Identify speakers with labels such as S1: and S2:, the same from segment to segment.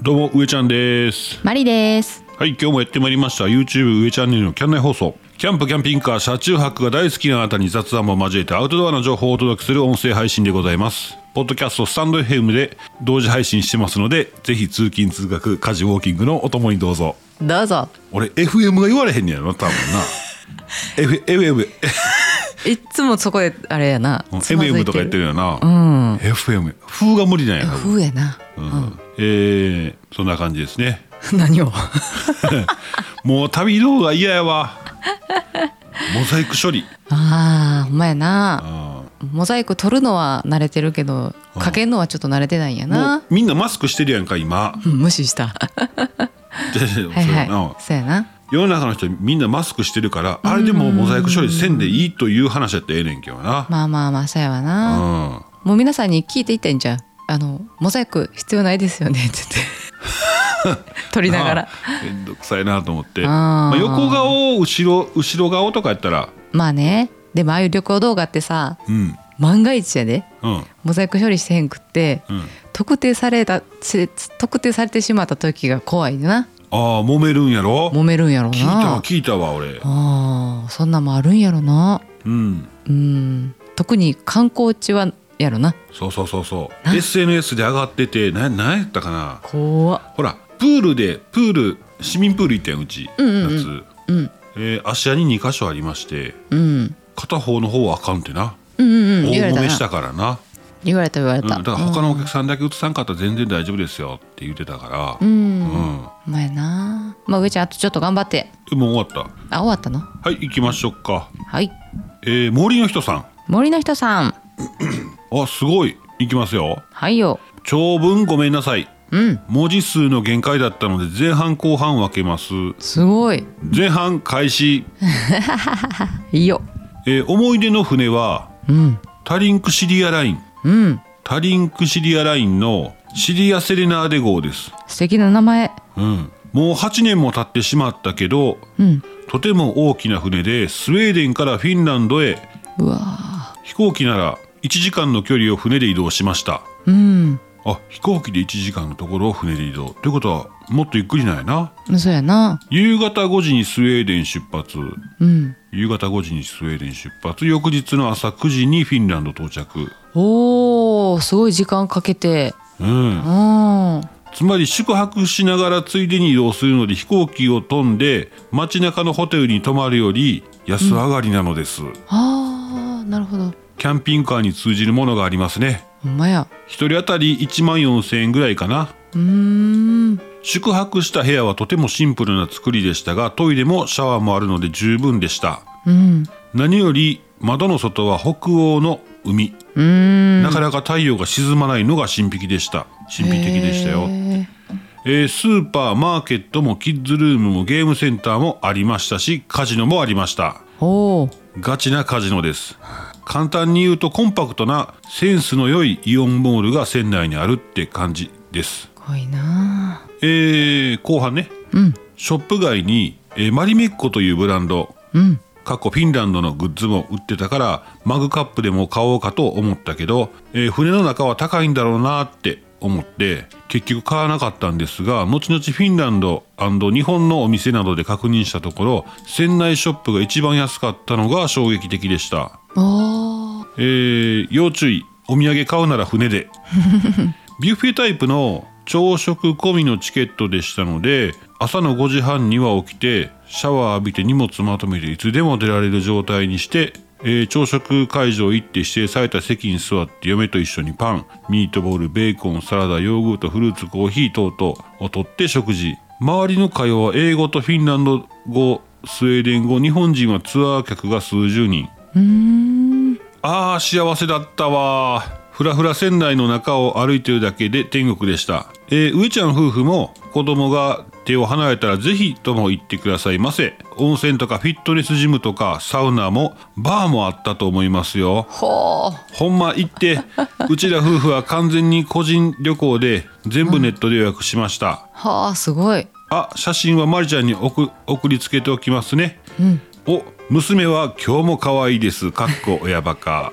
S1: どうも上ちゃんです
S2: マリです。
S1: はい今日もやってまいりました YouTube 上チャンネルのキャン内放送キャンプキャンピングカー車中泊が大好きなあなたに雑談も交えてアウトドアの情報をお届けする音声配信でございますポッドキャストスタンド FM で同時配信してますのでぜひ通勤通学家事ウォーキングのお供にどうぞ
S2: どうぞ。
S1: 俺 FM が言われへんねやろな多 分な F FM
S2: いっつもそこであれやな。つまずい
S1: MM とか言ってる
S2: る。
S1: よな、
S2: ん
S1: FM 風が無理なんやな、
S2: 風 やな。
S1: うんえーそんな感じですね
S2: 何を。
S1: もう旅移動が嫌やわモザイク処理
S2: ああ、ほんまやな。
S1: あ
S2: モザイク取るのは慣れてるけど、かけんのはちょっと慣れてないんや
S1: ーもう
S2: な。
S1: みんなマスクしてるやんか今
S2: うん無視した。
S1: でそう
S2: はい
S1: やな
S2: はい。そうやな。
S1: 世の中の人みんなマスクしてるからあれでもモザイク処理せんでいいという話やったらええねんけどな、
S2: まあまあまあ、そうやわな。
S1: うん
S2: もう皆さんに聞いていったんじゃん。あの、モザイク必要ないですよねって 言って。取りながら
S1: あ。ーめんどくさいなと思って、
S2: あー
S1: まあ、横顔後ろ後ろ顔とかやったら
S2: まあね。でもああいう旅行動画ってさ、
S1: うん
S2: 万が一やで。
S1: うん
S2: モザイク処理してへんくって、
S1: うん
S2: 特定されたせ特定されてしまった時が怖いな
S1: ああ揉めるんやろ
S2: 揉めるんやろう
S1: 聞いたわ
S2: な
S1: 聞いたわ俺
S2: あーそんなんもあるんやろな
S1: うん
S2: うん特に観光地はやろな
S1: そうそうそうそう
S2: な
S1: SNS で上がっててな何やったかな
S2: 怖っ
S1: ほらプールでプール市民プール行ったやんうち、
S2: うんうんうん
S1: 夏、
S2: うん
S1: えー芦屋に2箇所ありまして
S2: うん
S1: 片方の方はあかんってな、
S2: うんうんうん言
S1: 大
S2: われ
S1: 揉
S2: た
S1: めした
S2: な
S1: からな、
S2: 言われた言われ
S1: うん、
S2: た、
S1: だから他のお客さんだけ映さんかったら全然大丈夫ですよって言ってたか
S2: う
S1: らう
S2: ん、うん、
S1: ん、
S2: まやなまあ上ちゃんあとちょっと頑張って
S1: でもう終わっ
S2: あ終わったの
S1: たはい行きましょうか
S2: はい
S1: えー、森の人さん
S2: 森の人さん
S1: あすごい行きますよ
S2: はいよ
S1: 長文ごめんなさい
S2: うん
S1: 文字数の限界だったので前半後半分けます
S2: すごい
S1: 前半開始、
S2: いいよ
S1: えー思い出の船は
S2: うん
S1: タリンクシリアライン
S2: うん
S1: タリンクシリアラインのシリアセレナーデ号です、
S2: 素敵な名前
S1: うん、もう8年も経ってしまったけど
S2: うん
S1: とても大きな船でスウェーデンからフィンランドへ
S2: うわー
S1: 飛行機なら1時間の距離を船で移動しました
S2: うん
S1: あ飛行機で1時間のところを船で移動ということはもっとゆっくりなんやな
S2: そうやな
S1: 夕方5時にスウェーデン出発
S2: うん
S1: 夕方5時にスウェーデン出発翌日の朝9時にフィンランド到着
S2: おーすごい時間かけて
S1: うん
S2: うん
S1: つまり宿泊しながらついでに移動するので飛行機を飛んで街中のホテルに泊まるより安上がりなのです、
S2: あーなるほど
S1: キャンピングカーに通じるものがありますね
S2: ほんまや
S1: 一人当たり1万4000円ぐらいかな
S2: うーん
S1: 宿泊した部屋はとてもシンプルな作りでしたがトイレもシャワーもあるので十分でした
S2: うん
S1: 何より窓の外は北欧の海、
S2: うーん
S1: なかなか太陽が沈まないのが神秘的でした神秘的でしたよ、
S2: へー
S1: えースーパーマーケットもキッズルームもゲームセンターもありましたしカジノもありました
S2: おー
S1: ガチなカジノです簡単に言うとコンパクトなセンスの良いイオンモールが船内にあるって感じです
S2: すごいな
S1: えー後半ね
S2: うん
S1: ショップ街に、えーマリメッコというブランド
S2: うん
S1: 過去フィンランドのグッズも売ってたからマグカップでも買おうかと思ったけど、えー船の中は高いんだろうなって思って結局買わなかったんですが後々フィンランド日本のお店などで確認したところ船内ショップが一番安かったのが衝撃的でした、
S2: おー
S1: えー要注意お土産買うなら船でビュッフェタイプの朝食込みのチケットでしたので朝の5時半には起きてシャワー浴びて荷物まとめていつでも出られる状態にして、えー朝食会場行って指定された席に座って嫁と一緒にパンミートボールベーコンサラダヨーグルトフルーツコーヒー等々を取って食事周りの会話は英語とフィンランド語スウェーデン語日本人はツアー客が数十人
S2: うーん
S1: ああ幸せだったわふらふら仙台の中を歩いてるだけで天国でした、えー、上ちゃん夫婦も子供が手を離れたらぜひとも行ってくださいませ温泉とかフィットネスジムとかサウナもバーもあったと思いますよ
S2: ほー
S1: ほんま行ってうちら夫婦は完全に個人旅行で全部ネットで予約しました、
S2: はあすごい
S1: あ写真はマリちゃんに送送りつけておきますね、お娘は今日も可愛いですかっこ親バカ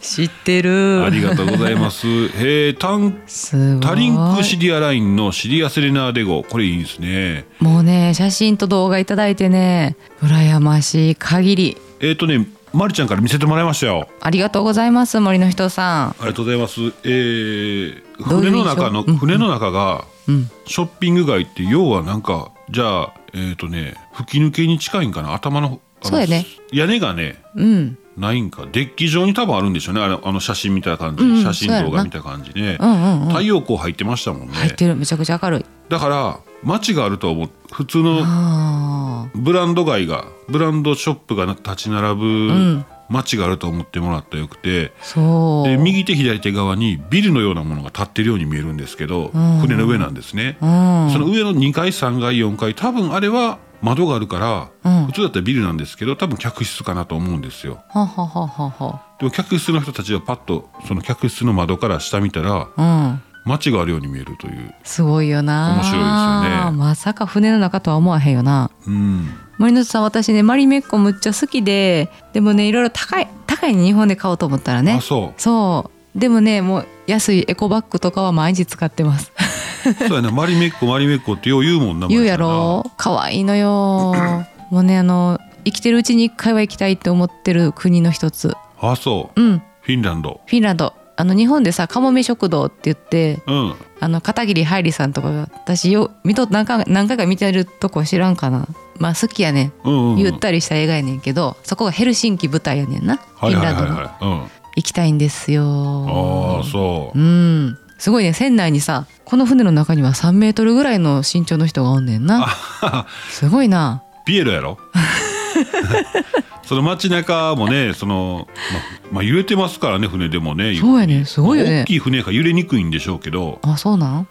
S2: 知ってる
S1: ありがとうございます。えー、タン
S2: すごい
S1: タリンクシリアラインのシリアセレナーデ号これいいですね。
S2: もうね写真と動画いただいてね羨ましい限り
S1: えっ、とねまるちゃんから見せてもらいましたよ。
S2: ありがとうございます森の人さん
S1: ありがとうございます。えー、
S2: どうい
S1: 船
S2: う
S1: の中の
S2: 印象うん
S1: 船の中が
S2: うん
S1: ショッピング街って要はなんかじゃあえっ、とね吹き抜けに近いんかな頭のあの
S2: そうやね
S1: 屋根がね
S2: うん
S1: ないんかデッキ上に多分あるんでしょうねあのあの写真みたいな感じ、
S2: うんうん
S1: 写真
S2: そうやろ
S1: 動
S2: な
S1: 画みたいな感じで、
S2: うんうんうん
S1: 太陽光入ってましたもんね
S2: 入ってるめちゃくちゃ明るい
S1: だから街があると思う普通の
S2: あ
S1: ブランド街がブランドショップが立ち並ぶ
S2: ん
S1: 街があると思ってもらったらよくて、
S2: あそう
S1: で右手左手側にビルのようなものが立ってるように見えるんですけど、
S2: うん
S1: 船の上なんですね、
S2: うん
S1: その上の2階3階4階多分あれは窓があるから、
S2: うん
S1: 普通だったらビルなんですけど多分客室かなと思うんですよ
S2: ははははは
S1: でも客室の人たちはパッとその客室の窓から下見たら
S2: うん
S1: 街があるように見えるという、
S2: すごいよな
S1: 面白いですよね
S2: まさか船の中とは思わへんよな
S1: うん、
S2: 森の人さん私ねマリメッコむっちゃ好きででもねいろいろ高い高いね日本で買おうと思ったらね
S1: あそう
S2: そうでもねもう安いエコバッグとかは毎日使っ てます
S1: そうやな、マリメッコ、マリメッコってよう言うもんな。
S2: 言うやろ可愛いのよ もうねあの生きてるうちに一回は行きたいって思ってる国の一つ
S1: マリちゃんな。あ、そう。
S2: うんフ
S1: フィンランド。
S2: ィンランドあの日本でさカモメ食堂って言って
S1: うん。
S2: あの片桐はいりさんとかが私よ見と何回何回か見てるとこ知らんかなまあ好きやねん
S1: うん、うん。
S2: ゆったりした映画やねんけどそこがヘルシンキ舞台やねんなフ
S1: はい
S2: ィン
S1: はいは
S2: ラ
S1: い
S2: ンドの
S1: はい。うん。
S2: 行きたいんです
S1: あ
S2: よ
S1: あ、そうう。
S2: んすごいね船内にさこの船の中には3メートルぐらいの身長の人がおんねんなすごいな
S1: ピエロや ろ。その街中もね、その、ま、まあ、揺れてますからね、船でもね。
S2: そうやねすごいよ
S1: まあ
S2: ね
S1: 大きい船が揺れにくいんでしょうけど、
S2: あそうなん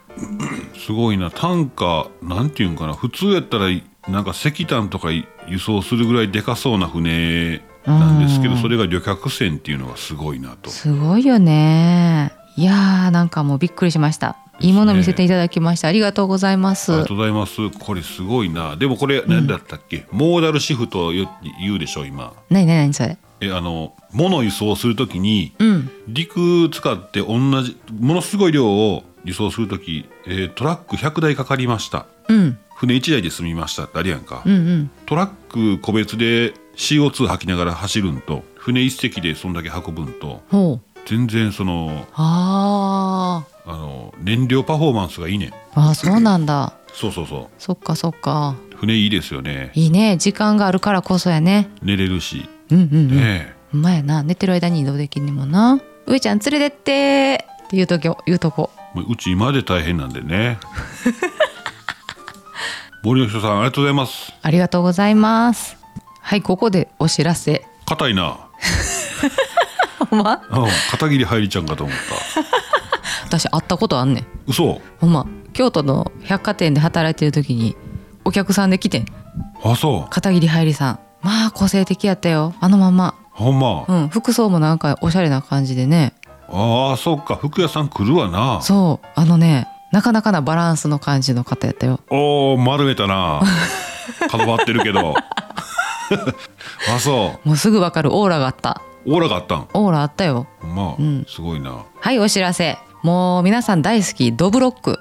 S1: すごいな、単価、なんていうんかな、普通やったら、なんか石炭とかい輸送するぐらいでかそうな船なんですけど、
S2: うん
S1: それが旅客船っていうのがすごいなと。
S2: すごいよねいやーなんかもうびっくりしましたいいもの見せていただきましたありがとうございます
S1: ありがとうございます。これすごいな。でもこれ何だったっけ、モーダルシフトよ言うでしょ今。
S2: 何何何それ
S1: えあの物を輸送するときに
S2: うん
S1: 陸使って同じものすごい量を輸送するとき、えートラック100台かかりました。
S2: うん
S1: 船1台で済みましたってあるやんか。
S2: うんうん
S1: トラック個別で CO2 吐きながら走るんと船一隻でそんだけ運ぶんと
S2: ほう
S1: 全然その
S2: あー
S1: あの燃料パフォーマンスがいいねん
S2: あそうなんだ
S1: そうそうそ
S2: そっかそっか
S1: う船いいですよね
S2: いいね時間があるからこそやね
S1: 寝れるし
S2: うんうんうん、
S1: ねえ、
S2: ほんまやな寝てる間に移動できんねんもんな上ちゃん連れてってっていうとき言うとこ
S1: もううち今まで大変なんで ね森の人さんありがとうございます
S2: ありがとうございますはいここでお知らせ
S1: 硬いな
S2: ほんま
S1: うん片桐はいりちゃんかと思った
S2: 私会ったことあんねん
S1: 嘘
S2: ほんま京都の百貨店で働いてる時にお客さんで来てん
S1: あそう
S2: 片桐はいりさんまあ個性的やったよあのまま
S1: ほんま、
S2: うん服装もなんかおしゃれな感じでね
S1: ああそうか服屋さん来るわな
S2: そうあのねなかなかなバランスの感じの方やったよ
S1: おお丸めた な角張ってるけど あそ
S2: もうすぐわかるオーラがあった
S1: うオーラがあったん
S2: オーラあったよ
S1: ほんまあ、
S2: うん
S1: すごいな
S2: はいお知らせもう皆さん大好きドブロック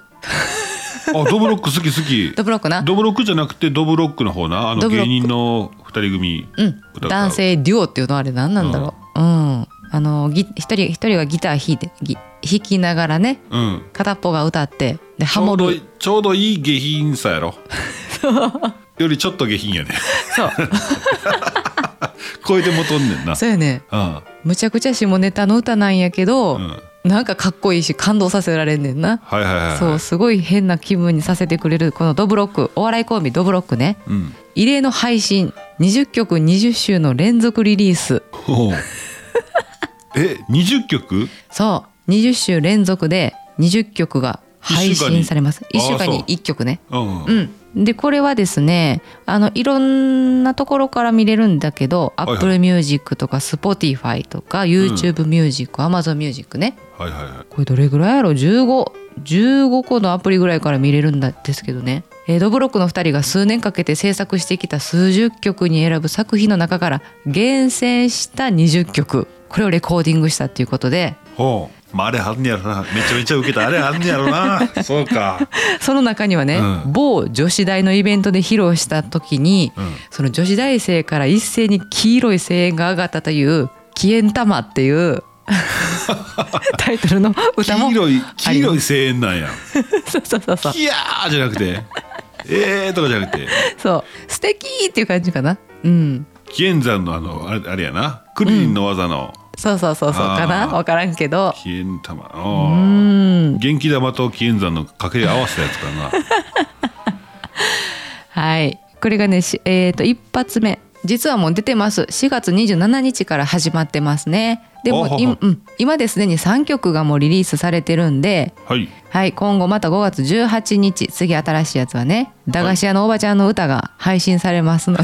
S1: あドブロック好き好き
S2: ドブロックな
S1: ドブロックじゃなくてドブロックの方なあの
S2: ドブロッ
S1: 芸人
S2: ク
S1: の二人組
S2: うん
S1: 歌う
S2: 男性デュオっていうのあれ何なんだろううん、あのぎ一人一人がギター弾いてぎ弾きながらね
S1: うん
S2: 片っぽが歌って
S1: ち
S2: でハ
S1: ょ
S2: モ
S1: うど
S2: る
S1: いちょうどいい下品さ やろよりちょっと下品やね
S2: そう
S1: 超えてもとんねんな
S2: そうやね
S1: あ
S2: むちゃくちゃ下ネタの歌なんやけど、
S1: うんはい
S2: なんかかっこいいし感動させられんねんな、
S1: はいはい
S2: そ
S1: は
S2: うすごい変な気分にさせてくれるこのドブロックお笑いコンビドブロックね
S1: いうん
S2: 異例の配信20曲20週の連続リリース
S1: ほうえ二20曲
S2: そう20週連続で20曲が配信されます
S1: 一週
S2: 1週
S1: 間に
S2: 間
S1: あ
S2: に
S1: ー
S2: 1曲ね
S1: うん、
S2: う、ん、でこれはですねあのいろんなところから見れるんだけど
S1: いはい
S2: Apple Music とか Spotify とか YouTube Music、Amazon Music ね
S1: はいはいはい
S2: これどれぐらいやろ1515個のアプリぐらいから見れるんだですけどね、えードブロックの2人が数年かけて制作してきた数十曲に選ぶ作品の中から厳選した20曲これをレコーディングしたっていうことで
S1: ほうまああれあんねやろなめちゃめちゃウケたあれあんねやろ なそうか
S2: その中にはね、
S1: うん
S2: 某女子大のイベントで披露した時に、
S1: うん
S2: その女子大生から一斉に黄色い声援が上がったという「キエン玉」っていう タイトルの歌も
S1: 黄色い
S2: あ
S1: 黄
S2: りま
S1: 色い
S2: す
S1: 声援なんや
S2: そうそうそうそう
S1: いやーじゃなくてえーとかじゃなくて
S2: そう素敵っていう感じかなうん
S1: 紀元山のあのあれあれやなクリリンの技の
S2: そうそうそうそう
S1: あー
S2: かな分からんけど
S1: 紀元玉
S2: う
S1: あ
S2: ん
S1: ー元気玉と紀元山の掛け合わせたやつかな
S2: はい、これがね、しえっ、と一発目。実はもう出てます。4月27日から始まってますね。で
S1: あは
S2: も
S1: は
S2: 今、うん、今ですでに3曲がもうリリースされてるんで、
S1: はい
S2: はい、今後また5月18日、次新しいやつはね、駄菓子屋のおばちゃんの歌が配信されま すので、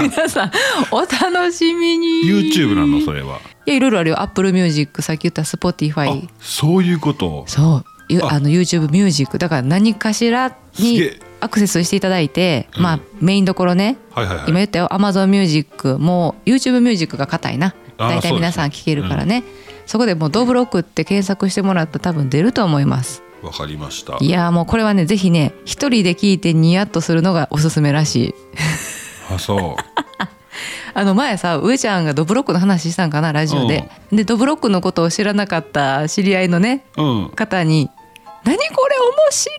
S2: 皆さんお楽しみに。
S1: YouTube なの
S2: い
S1: それは
S2: や、いろいろあるよ。Apple Music、さっき言った
S1: あ
S2: Spotify。
S1: そういうこと
S2: そうゆ
S1: あ
S2: あの YouTube ミュージックだから何かしら
S1: すげ
S2: に
S1: え
S2: アクセスしていただいて、まあメインどころね、
S1: はいはいはい
S2: 今言ったよ Amazon ミュージックも YouTube ミュージックが硬いな
S1: あー
S2: 大体皆さん聴けるからねそこでもう「ドブロック」って検索してもらったら多分出ると思います
S1: わかりました
S2: いやーもうこれはねぜひね一人で聴いてニヤッとするのがおすすめらしい
S1: あそう
S2: あの前さ上ちゃんが「ドブロック」の話したんかなラジオで、でドブロックのことを知らなかった知り合いのね
S1: うん
S2: 方に「何これ面白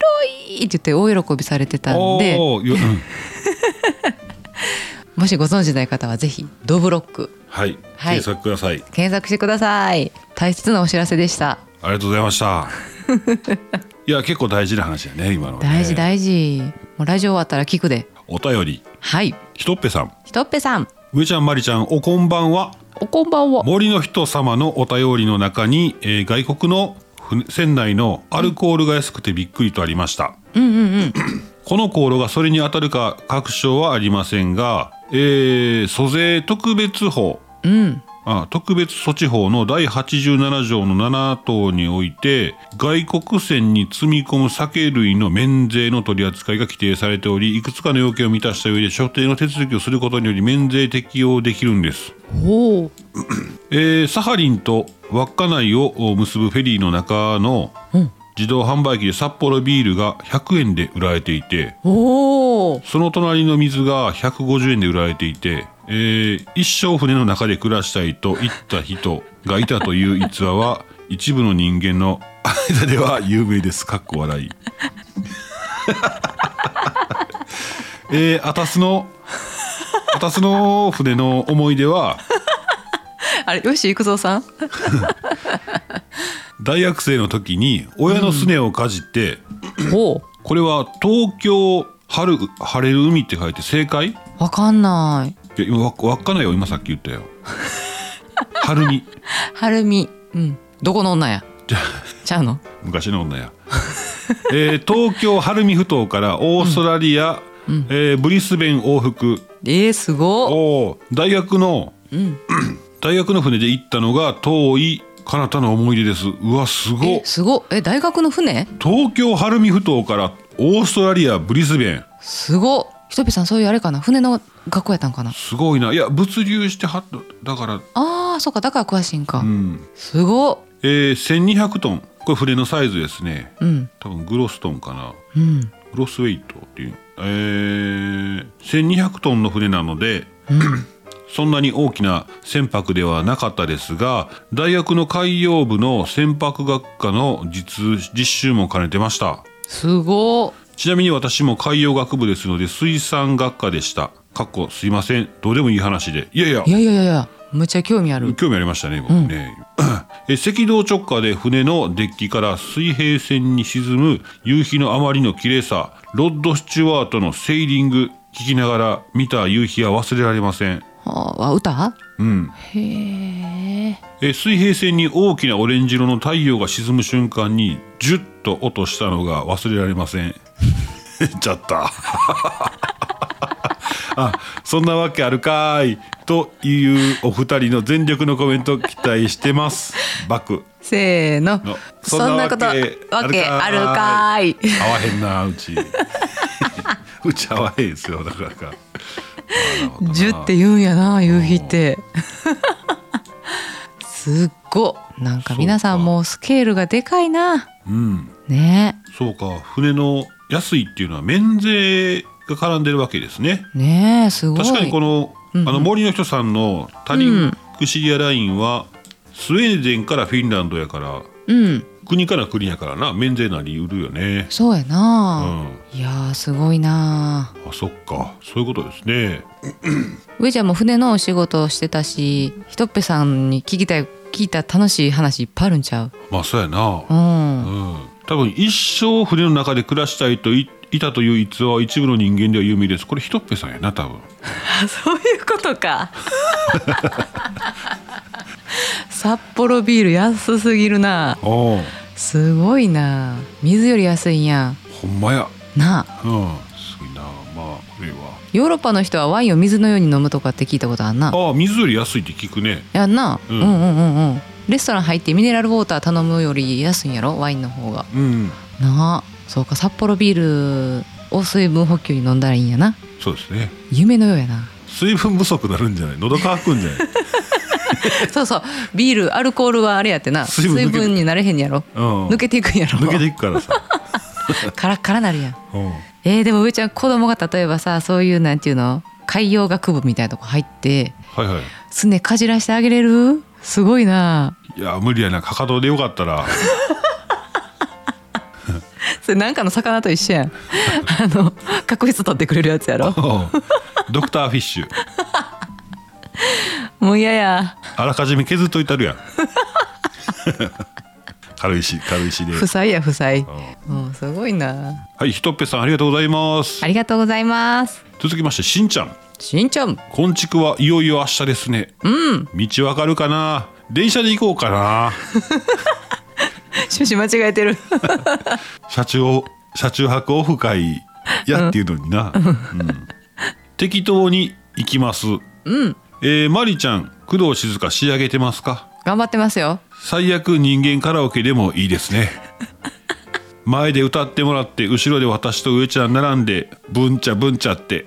S2: い!」って言って大喜びされてたんで
S1: おーようん
S2: もしご存知ない方はぜひ「ドブロック
S1: はい
S2: は
S1: 検
S2: い
S1: 索ください」
S2: 検索してください大切なお知らせでした
S1: ありがとうございました いや結構大事な話やね今のはね
S2: 大事大事もうラジオ終わったら聞くで
S1: お便り
S2: はい
S1: ひとっぺさん
S2: ひとっぺさん
S1: 上ちゃんまりちゃんおこんばんは
S2: おこんばんは
S1: 森の人様のお便りの中に、えー外国の船船内のアルコールが安くてびっくりとありました、この航路がそれに当たるか確証はありませんが、えー、租税特別法
S2: うん
S1: あ特別措置法の第87条の7等において外国船に積み込む酒類の免税の取り扱いが規定されておりいくつかの要件を満たした上で所定の手続きをすることにより免税適用できるんです
S2: おお
S1: えーサハリンと稚内を結ぶフェリーの中の自動販売機で札幌ビールが100円で売られていて
S2: おお
S1: その隣の水が150円で売られていて、えー一生船の中で暮らしたいと言った人がいたという逸話は一部の人間の間では有名です。かっこ笑い。えー、あたすのあたすの船の思い出は
S2: あれよし行くぞさん
S1: 大学生の時に親のすねをかじって、
S2: お
S1: これは東京春晴れる海って書いて正解い
S2: わかんない
S1: や今わわっかないよ今さっき言 ったよ春に
S2: はるみうんどこの女やちゃうの
S1: 昔の女や、えー東京晴海ふ頭からオーストラリア、えーブリスベン往復
S2: えー、すごっ
S1: おー大学の、
S2: ん
S1: 大学の船で行ったのが遠い彼方の思い出ですうわすごっ
S2: えすごっえ大学の船
S1: 東京晴海ふ頭からオーストラリアブリスベン
S2: すごっひとぺさんそういうあれかな船の学校やったんかな
S1: すごいないや物流してはっだから
S2: あーそうかだから詳しいんか、
S1: うん、
S2: すごっ
S1: えー、1200トンこれ船のサイズですね
S2: うん
S1: 多分グロストンかな
S2: うん
S1: グロスウェイトっていうえー、1200トンの船なので、そんなに大きな船舶ではなかったですが大学の海洋部の船舶学科の実実習も兼ねてました
S2: すごっ
S1: ちなみに私も海洋学部ですので水産学科でしたかっこすいませんどうでもいい話でいやいや
S2: いやいやいやいやむっちゃ興味ある
S1: 興味ありましたね僕ね、え 赤道直下で船のデッキから水平線に沈む夕日のあまりの綺麗さロッド・スチュワートのセーリング聞きながら見た夕日は忘れられません
S2: ああ歌
S1: うん
S2: へえ
S1: え水平線に大きなオレンジ色の太陽が沈む瞬間にジュッと落としたのが忘れられません言 っちゃった あそんなわけあるかーいというお二人の全力のコメント期待してますバク
S2: せーの
S1: の
S2: そんなことわけあるかーい
S1: 合わへんなうち うち合わへんですよなかなか
S2: 十って言うんやな夕日って すっごなんか皆さんもうスケールがでかいな
S1: うん
S2: ね
S1: そうか船の安いっていうのは免税が絡んでるわけですね
S2: えねえすごい
S1: 確かにこの,、
S2: うん
S1: あの森の人さんのタリンクシリアラインはスウェーデンからフィンランドやから
S2: うん
S1: 国から国やからな免税なり売るよね
S2: そうや
S1: う
S2: な、
S1: ん
S2: いやーすごいな
S1: あそっかそういうことですね
S2: 上ちゃんも船のお仕事をしてたしひとっぺさんに聞きたい聞いた楽しい話いっぱいあるんちゃう
S1: まあそうやな
S2: う
S1: うんん多分一生船の中で暮らしたいといいたという逸話は一部の人間では有名ですこれひとっぺさんやな多分
S2: そういうことか 札幌ビール安すぎるな
S1: おあ
S2: すごいな水より安いんや
S1: ほんまや
S2: なあ
S1: うんすごいなまあこれは
S2: ヨーロッパの人はワインを水のように飲むとかって聞いたことあんな
S1: ああ水より安いって聞くね
S2: やんな、
S1: う
S2: う、
S1: んん
S2: うんうんうんレストラン入ってミネラルウォーター頼むより安いんやろワインの方が
S1: うん
S2: なあそうか札幌ビールを水分補給に飲んだらいいんやな
S1: そうですね
S2: 夢のようやな
S1: 水分不足なるんじゃない喉乾くんじゃない
S2: そうそうビールアルコールはあれやってな水
S1: 水分抜
S2: 分
S1: けて
S2: になれへんやろ
S1: うん
S2: 抜けていくんやろ
S1: 抜けていくからさ、
S2: カラッカラなるやん
S1: うん、
S2: えー、でも上ちゃん子供が例えばさそういうなんていうの海洋学部みたいなとこ入って
S1: はいはい
S2: すねかじらしてあげれるすごいない
S1: や無理やなかかとでよかったら
S2: それなんかの魚と一緒や んあの確執取ってくれるやつやろ
S1: うんドクターフィッシュ
S2: もう嫌や
S1: あらかじめ削っといたるやん 軽いし軽いしで、う
S2: 負債や負債
S1: ん
S2: もうすごいな
S1: はい、ひとっぺさんありがとうございます
S2: あ。りがとうございます
S1: 続きまして、しんちゃん。
S2: しんちゃん
S1: こんちくはいよいよ明日ですね。
S2: うん
S1: 道わかるかな電車で行こうかな
S2: 趣旨間違えてる
S1: 車中、車中泊オフ会やっていうのにな。うん適当に行きます。
S2: うん
S1: えー、まりちゃん、工藤静香仕上げてますか
S2: 頑張ってますよ
S1: 最悪人間カラオケでもいいです ね。前で歌ってもらって、後ろで私と上ちゃん並んで、ぶんちゃぶんちゃって。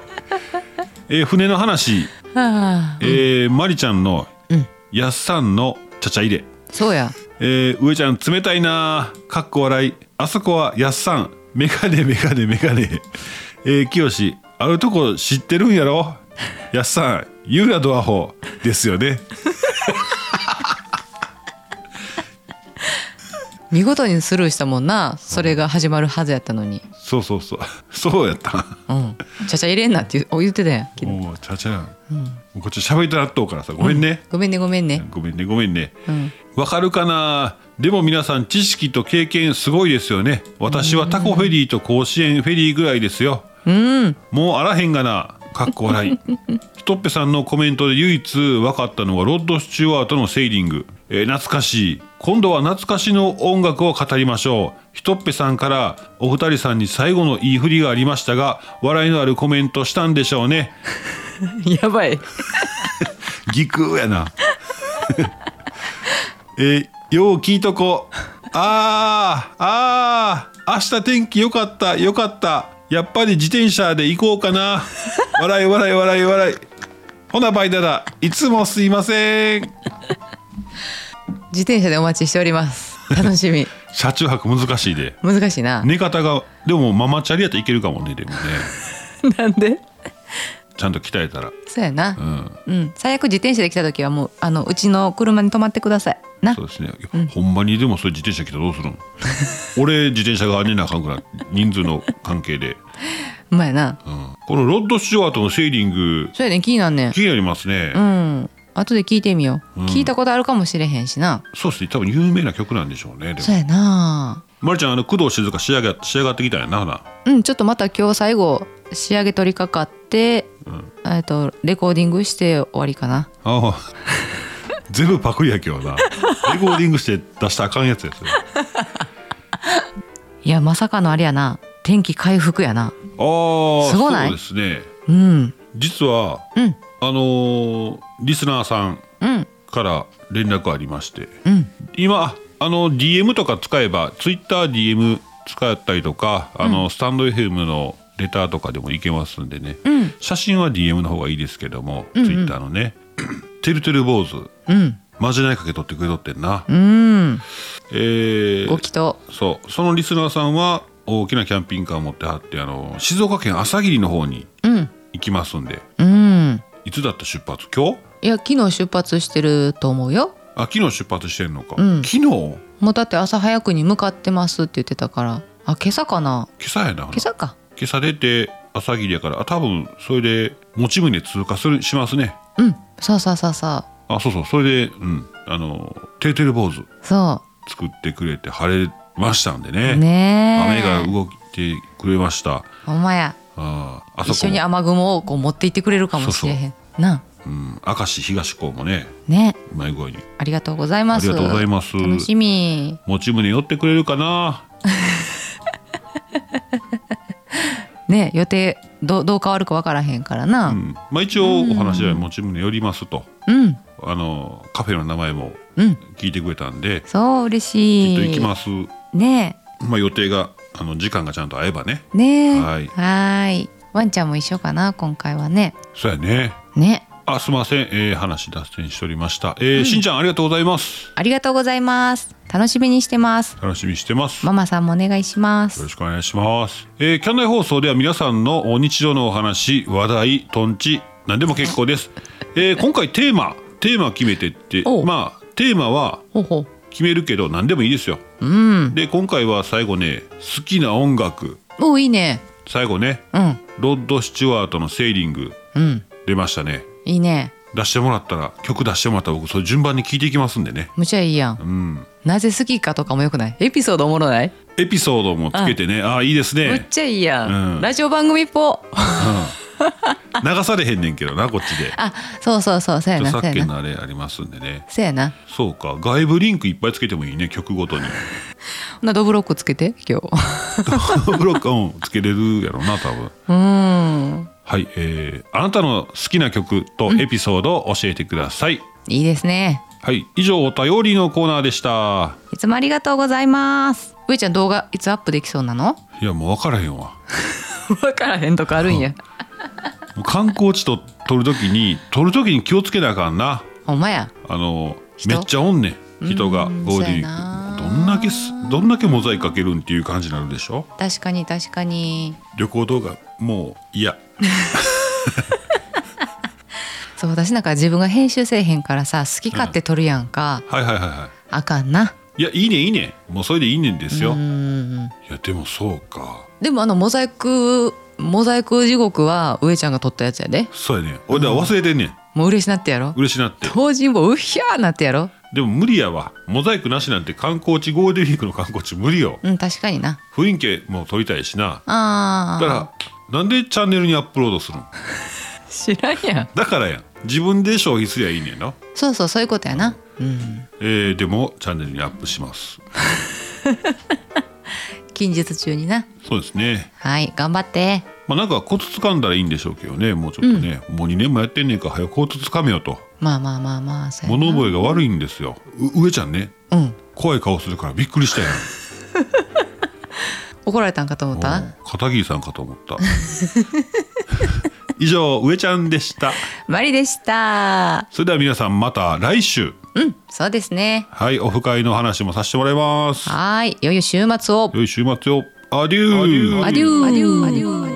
S1: えー船の話、
S2: はあ
S1: えー、まりちゃんの、
S2: ん
S1: やっさんのちゃちゃ入れ、
S2: そうや
S1: えー、上ちゃん冷たいなーかっこ笑いあそこはやっさんメガネメガネメガネえー、きよしあるとこ知ってるんやろやっさんユーラドアホですよね
S2: 見事にスルーしたもんなそれが始まるはずやったのに
S1: そうそうそうそうやった
S2: うんちゃちゃ入れんなって言うお言ってたやん
S1: もうちゃちゃ、ん、こっち喋りたなっとうからさごめんね、
S2: ごめんねごめんね
S1: ごめんねごめんね
S2: うん
S1: わ、かるかなでも皆さん知識と経験すごいですよね私はタコフェリーと甲子園フェリーぐらいですよ
S2: うん
S1: もうあらへんがな。かっこ笑 い。ひとっぺさんのコメントで唯一分かったのはロッド・スチュワートのセーリング。えー懐かしい。今度は懐かしの音楽を語りましょう。ひとっぺさんからお二人さんに最後の言い振りがありましたが、笑いのあるコメントしたんでしょうね。
S2: やばい
S1: ぎくーやな。 えーよう聞いとこ。あー、あー、明日天気よかった、よかった。やっぱり自転車で行こうかな。笑い笑い笑い笑い。ほなバイダだ。いつもすいません。
S2: 自転車でお待ちしております楽しみ
S1: 車中泊難しいで。
S2: 難しいな、
S1: 寝方が、でもママチャリやったらいけるかもね、でもね。
S2: なんで
S1: ちゃんと鍛えたら。
S2: そうや
S1: う。
S2: なんうん、最悪自転車で来た時はもうあのうちの車に泊まってくださいな
S1: そうですね、ほんまにでもそれ自転車来たらどうするの俺自転車があんねなあかんくな人数の関係で、
S2: うまいな
S1: うんこのロッド・スチュワートのセーリング
S2: そうやね気になんねん
S1: 気になりますね、
S2: うん後で聞いてみよう、
S1: うん
S2: 聞いたことあるかもしれへんしな
S1: そうですね多分有名な曲なんでしょうねでも
S2: そうやな
S1: まるちゃんあの工藤静香仕上が仕上がってきたんやなほな
S2: うんちょっとまた今日最後仕上げ取りかかって、
S1: うん
S2: えっとレコーディングして終わりかな
S1: ああ 全部パクリやけどなレコーディングして出したらあかんやつやそれあ
S2: いやまさかのあれやな天気回復やな
S1: あ
S2: すごない
S1: そうですね
S2: うん
S1: 実は
S2: うん
S1: あのーリスナーさん
S2: うん
S1: から連絡ありまして
S2: うん
S1: 今あの DM とか使えば TwitterDM 使ったりとかあの、スタンド FM のレターとかでもいけますんでね、
S2: うん
S1: 写真は DM の方がいいですけども、
S2: んうん
S1: Twitter のね てるてる坊主
S2: うん
S1: まじないかけとってくれとってんな、
S2: うん
S1: えー
S2: ご祈祷
S1: そうそのリスナーさんは大きなキャンピングカーを持ってはってあの静岡県朝霧の方に
S2: うん
S1: 行きますんで、
S2: うん
S1: いつだった出発今日
S2: いや昨日出発してると思うよ
S1: あ昨日出発してんのか、
S2: うん
S1: 昨日今
S2: もうだって朝早くに向かってますって言ってたからあ今朝かな
S1: 朝やな今
S2: 今朝か
S1: 朝出て朝霧やからあ多分それで持ち船通過するしますね
S2: うんそうそうそうそう
S1: あそうそうそれでうんあのてるてる坊主
S2: そ
S1: 作ってくれて晴れましたんでね
S2: うねえ
S1: 雨が動いてくれました
S2: ほんまや
S1: あーあそ
S2: 一
S1: こ
S2: 緒
S1: も
S2: に雨雲をこう持って行ってくれるかもしれへんな
S1: うん、明石東港もね
S2: あね
S1: うまい具合に
S2: ありがとうございます
S1: ありがとうございます
S2: 楽しみ
S1: 持ち船寄ってくれるかな
S2: ね予定どうどう変わるかわからへんからな
S1: うんまあ、一応お話では持ち船寄りますと、
S2: うん
S1: あのカフェの名前も
S2: うん
S1: 聞いてくれたんで、
S2: そう嬉
S1: き
S2: し
S1: っ
S2: い
S1: と行きます、
S2: ね
S1: まあ、予定があの時間がちゃんと合えばね
S2: えねえ
S1: はい
S2: ーいワンちゃんも一緒かな今回はね
S1: そうやね
S2: ね
S1: あすいません、えー話脱線しておりました、えーしんちゃんありがとうございます
S2: ありがとうございます楽しみにしてます
S1: 楽しみにしてます
S2: ママさんもお願いしま
S1: よ
S2: す
S1: ろしくお願いします、えー、キャンナイ放送では皆さんのお日常のお話話題とんち何でも結構です、え ー今回テーマテーマ決めてって
S2: おう
S1: まあテーマは
S2: ほうほう
S1: 決めるけど何でもいいですよ
S2: うん
S1: で今回は最後ね好きな音楽
S2: おういいね
S1: 最後ね
S2: うん
S1: ロッド・スチュワートの「セーリング
S2: うん」
S1: 出ましたね
S2: いいね
S1: 出してもらったら曲出してもらったら僕それ順番に聴いていきますんでね
S2: むちゃいいやん
S1: うん
S2: なぜ好きかとかもよくないエピソードおもろない
S1: エピソードもつけてねああーいいです
S2: むっ
S1: ね
S2: ちゃいいやん、
S1: うん
S2: ラジオ番組 っぽ
S1: 流されへんねんけどなこっちで
S2: あそうそうそうそうやな
S1: 著
S2: そう
S1: 作権
S2: やな
S1: のあれありますんでね
S2: そうやな
S1: そうか外部リンクいっぱいつけてもいいね曲ごとに
S2: ほなドブロックつけて今日
S1: ブロック音つけれるやろな多分
S2: うーん
S1: はいえー、あなたの好きな曲とエピソードを教えてください、
S2: いいですね
S1: はい以上お便りのコーナーでした
S2: いつもありがとうございます上ちゃん動画いつアップできそうなの
S1: いやもう分からへんわ
S2: 分からへんとかあるんや
S1: もう観光地と撮るときに撮るときに気をつけなあかんな
S2: ほんまや
S1: あの
S2: 人
S1: めっちゃおんねん人が
S2: うん
S1: ゴールデンウィ
S2: そうや
S1: ー
S2: な
S1: クどんだけすどんだけモザイクかけるんっていう感じになるでしょ
S2: 確かに確かに
S1: 旅行動画もう嫌
S2: そう私なんか自分が編集せえへんからさ好き勝手撮るやんか、
S1: はいはいはいは
S2: あかんな
S1: い
S2: い
S1: やいいねいいねもうそれでいいねんですよ
S2: う
S1: い
S2: ーん
S1: やでもそうか
S2: でもあのモザイクモザイク地獄は上ちゃんが撮ったやつやで
S1: そうやね俺だから忘れてんねん
S2: もう嬉しなってやろ
S1: 嬉しなって
S2: 当時もうひゃーなってやろ
S1: でも無理やわモザイクなしなんて観光地ゴールデンウィークの観光地無理よ
S2: うん確かにな
S1: 雰囲気も撮りたいしな
S2: あ
S1: だ
S2: ー
S1: からなんでチャンネルにアップロードするの
S2: 知らんやん
S1: だからやん自分で消費すりゃいいねんな
S2: そうそうそういうことやなうん
S1: えーでもチャンネルにアップします
S2: 近日中にな
S1: そうですね
S2: はい頑張って
S1: まあなんかコツ掴んだらいいんでしょうけどねもうちょっとね、もう2年もやってんねんから早くコツ掴めよと
S2: まあまあまあまあそうやな
S1: 物覚えが悪いんですよう上ちゃんね
S2: うん
S1: 怖い顔するからびっくりした やん
S2: 怒られたんかと思った
S1: うん片桐さんかと思った 以上上ちゃんでした
S2: マリでした
S1: それでは皆さんまた来週
S2: うんそうですね
S1: はいオフ会の話もさせてもらいます
S2: はーい良い週末を
S1: 良い週末をアデュー
S2: アデューアデューアデュー